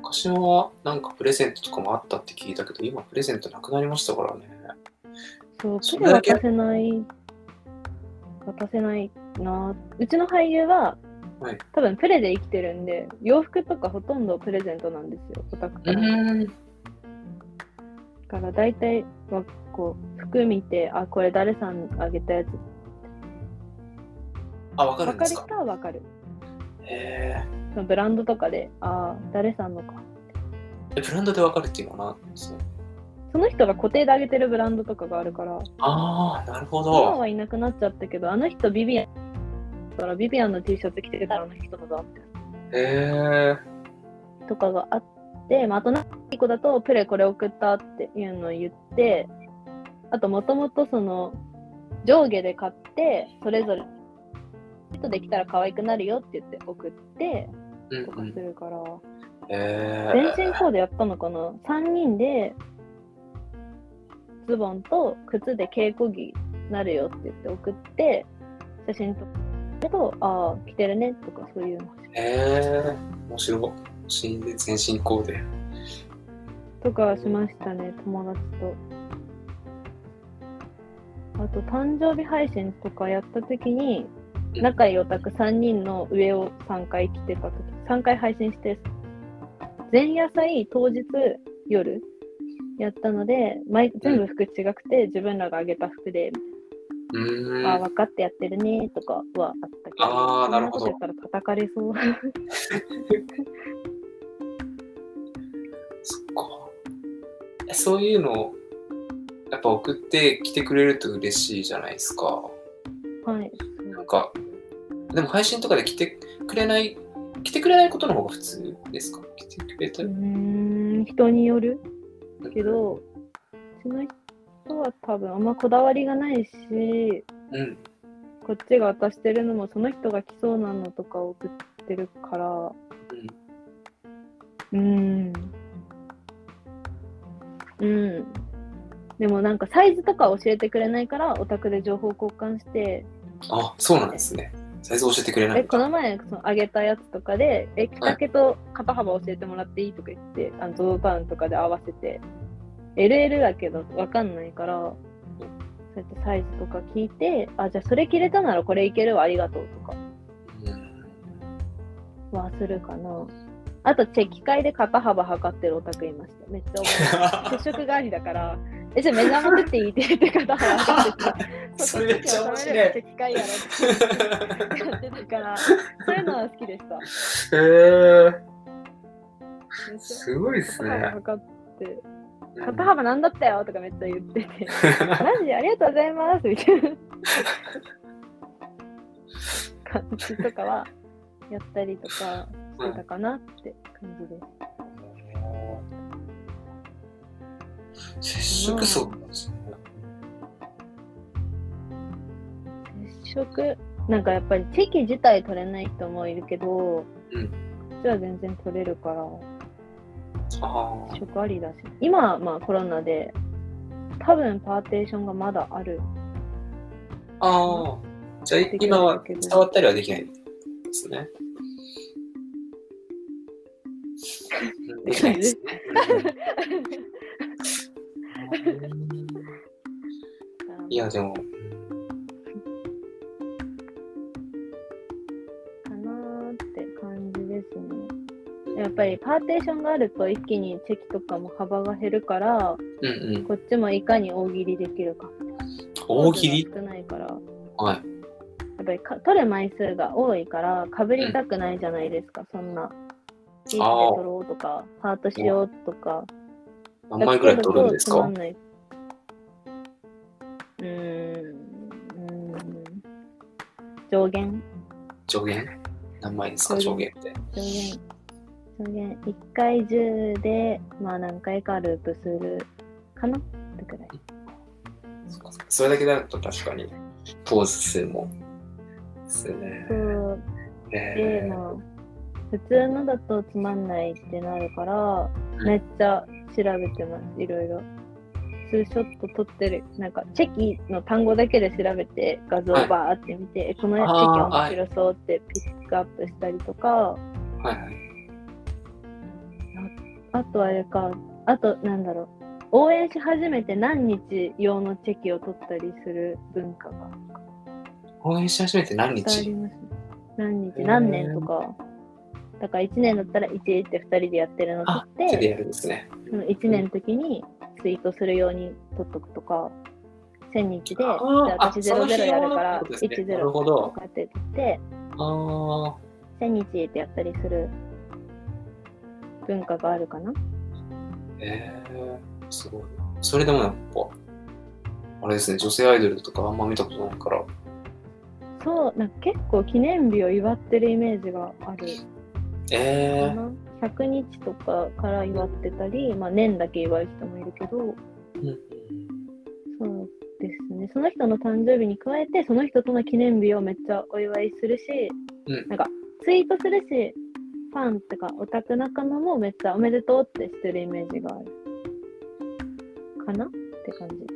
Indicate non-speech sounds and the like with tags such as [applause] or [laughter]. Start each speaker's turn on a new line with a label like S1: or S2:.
S1: 昔はなんかプレゼントとかもあったって聞いたけど、今プレゼントなくなりましたからね。
S2: そう、
S1: そ
S2: す
S1: れ
S2: ぐ
S1: だけ
S2: 渡せない、渡せないな。うちの俳優は、
S1: はい
S2: 多分プレで生きてるんで、洋服とかほとんどプレゼントなんですよ、オタクから。だ
S1: ん。
S2: から大体はこう、服見て、あ、これ誰さんあげたやつ。
S1: あ、わかる
S2: わ
S1: ん
S2: か
S1: です
S2: る
S1: か。
S2: 人はわかる。
S1: へえ。
S2: そのブランドとかで、ああ、誰さんのか。
S1: えブランドでわかるっていうのはな。そう
S2: その人が固定であげてるブランドとかがあるから、
S1: ああ、なるほ
S2: 今
S1: ど。
S2: はいなくなっちゃったけど、あの人ビビアン、だからビビアンの T シャツ着てたあの人のだって。
S1: へえ。
S2: とかがあって、まあ、あと何個だとプレこれ送ったっていうのを言ってあともともとその上下で買ってそれぞれちょっとできたら可愛くなるよって言って送って
S1: うん
S2: と
S1: う
S2: か
S1: ん
S2: す。るから、
S1: へえ。
S2: 全身コーデやったのかな3人でズボンと靴で稽古着なるよって言って送って写真撮ってとああ着てるねとかそういうの
S1: へえ。面白い。新で全身コーデ。
S2: とかはしましたね、友達と。あと、誕生日配信とかやったときに、
S1: うん
S2: 仲いいオタク3人の上を3回来てたとき、3回配信して、前夜祭当日夜やったので、毎全部服違くて、自分らがあげた服で、
S1: うーん。
S2: ああ、分かってやってるねとかはあったけど、
S1: あーなるほど
S2: そんなことやったら叩かれそう。 [laughs]
S1: そっか。えそういうのをやっぱ送ってきてくれると嬉しいじゃないですか。
S2: はい。
S1: なんか、でも配信とかで来てくれない、来てくれないことの方が普通ですか来てくれた
S2: うー
S1: り
S2: ん、人によるけ、ど、うちの人は多分あんまこだわりがないし、
S1: うん。
S2: こっちが渡してるのもその人が来そうなのとかを送ってるから、うーん。うん。でもなんかサイズとか教えてくれないから、オタクで情報交換して、
S1: あ、そうなんですね。サイズ教えてくれな
S2: え、
S1: い。
S2: この前そのあげたやつとかで、え、着丈と肩幅教えてもらっていいとか言って、あのゾゾタウンとかで合わせて、LL だけどわかんないから、そうやってサイズとか聞いて、あ、じゃあそれ着れたならこれいけるわ、ありがとうとか
S1: うん
S2: はするかな。あと、チェキ会で肩幅測ってるオタクいました。めっちゃ覚えてる接触がありだから、え、じゃあ目覚ませていいって言って肩幅測って
S1: [laughs]
S2: た
S1: それめっちゃ面白い
S2: そうこっちを収めればチェキ会やろってやってたから、そういうのは好きでした。
S1: へえ
S2: めっちゃ
S1: すごいです
S2: 肩幅
S1: ね。
S2: 測って、肩幅なんだったよとかめっちゃ言って
S1: [laughs]
S2: て、マジありがとうございますみたいな感じとかはやったりとかしてたかなって感じで
S1: うん接触そうなんですね。
S2: す。接触、なんかやっぱりチェキ自体取れない人もいるけど、
S1: うん
S2: こっちは全然取れるから、
S1: ああ
S2: 接。触ありだし、今はまあコロナで、多分パーテーションがまだある。
S1: ああ。じゃあ今は触ったりはできないですね。できないですね。うんいや、でも、
S2: かなーって感じですね。やっぱりパーテーションがあると一気にチェキとかも幅が減るから、
S1: うんうん。
S2: こっちもいかに大喜利できるか。
S1: 大喜利
S2: 数が少ないから、や
S1: はい。
S2: っぱりか取る枚数が多いから、かぶりたくないじゃないですか、そんな。チークで取ろうとか、ハートしようとか。
S1: 何枚ぐらい取るんです
S2: やっ
S1: か
S2: てるとつまんないうーん。うーん上限
S1: 上限何枚ですか上
S2: 上
S1: 限
S2: 限
S1: って。
S2: 上限上限1回10でまあ何回かループするかなってくらい
S1: そっかそっかそれだけだと確かに、ポーズ数も。ですね
S2: そ。うで
S1: え
S2: まあ普通のだとつまんないってなるから
S1: ん
S2: めっちゃ調べてますいろいろツーショット撮ってるなんかチェキの単語だけで調べて画像
S1: はい
S2: バーって見て、えこのチ
S1: あー
S2: ェキ面白そうってピックアップしたりとか、
S1: ーはいはい。
S2: やっあとあれか、あとなんだろう。応援し始めて何日用のチェキを取ったりする文化が
S1: 応援し始めて何
S2: 伝わり
S1: 日
S2: ますね。何
S1: へ
S2: 日、
S1: ー
S2: 何年とか。だから1年だったら1って2人でやってるの
S1: あ
S2: 取
S1: 手
S2: っ
S1: で
S2: て、
S1: やるんですね。
S2: その1年の時にツイートするように取っとくとか、1000日で、じゃ
S1: あ
S2: あ
S1: ー
S2: 私
S1: あその
S2: 00
S1: 日
S2: や
S1: 用
S2: るか
S1: の
S2: ら
S1: ってことですね
S2: 10
S1: なるほど
S2: とかやってって、
S1: ああ、
S2: 1000日ってやったりする文化があるかな。
S1: ええすごいな。それでもやっぱ、あれですね、女性アイドルとかあんま見たことないから、
S2: そう、なんか結構記念日を祝ってるイメージがある。
S1: え
S2: か
S1: え
S2: な100日とかから祝ってたり、まあ、年だけ祝う人もいるけど
S1: うん
S2: そうですねその人の誕生日に加えてその人との記念日をめっちゃお祝いするし、
S1: うん
S2: なんかツイートするしファンとかオタク仲間もめっちゃおめでとうってしてるイメージがあるかなって感じ